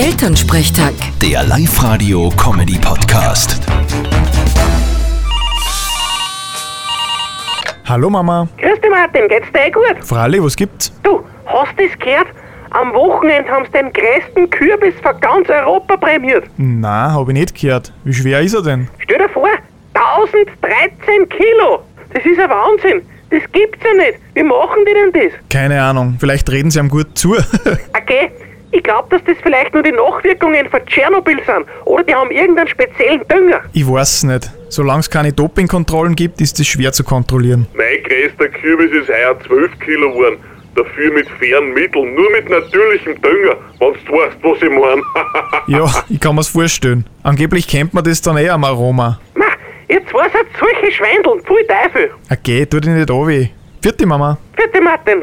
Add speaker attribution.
Speaker 1: Elternsprechtag.
Speaker 2: Der Live-Radio-Comedy-Podcast.
Speaker 3: Hallo Mama.
Speaker 4: Grüß dich Martin, geht's dir eh gut?
Speaker 3: Fralli, was gibt's?
Speaker 4: Du, hast du's gehört? Am Wochenende haben sie den größten Kürbis von ganz Europa prämiert.
Speaker 3: Na, hab ich nicht gehört. Wie schwer ist er denn?
Speaker 4: Stell dir vor, 1013 Kilo! Das ist ein Wahnsinn! Das gibt's ja nicht! Wie machen die denn das?
Speaker 3: Keine Ahnung. Vielleicht reden sie ihm gut zu.
Speaker 4: Okay, ich glaube, dass das vielleicht nur die Nachwirkungen von Tschernobyl sind. Oder die haben irgendeinen speziellen Dünger.
Speaker 3: ich weiß nicht. Solange es keine Dopingkontrollen gibt, ist es schwer zu kontrollieren.
Speaker 5: Mein größter Kürbis ist heuer 12 Kilo geworden. Dafür mit fairen Mitteln, nur mit natürlichem Dünger, wenn du weißt, was ich meine.
Speaker 3: Ja, ich kann mir's vorstellen. Angeblich kennt man das dann eh am Aroma.
Speaker 4: Ma, ihr zwei seid solche Schwendeln, voll Teufel!
Speaker 3: Okay, tu dich nicht an weh. Vierte Mama.
Speaker 4: Bitte Martin!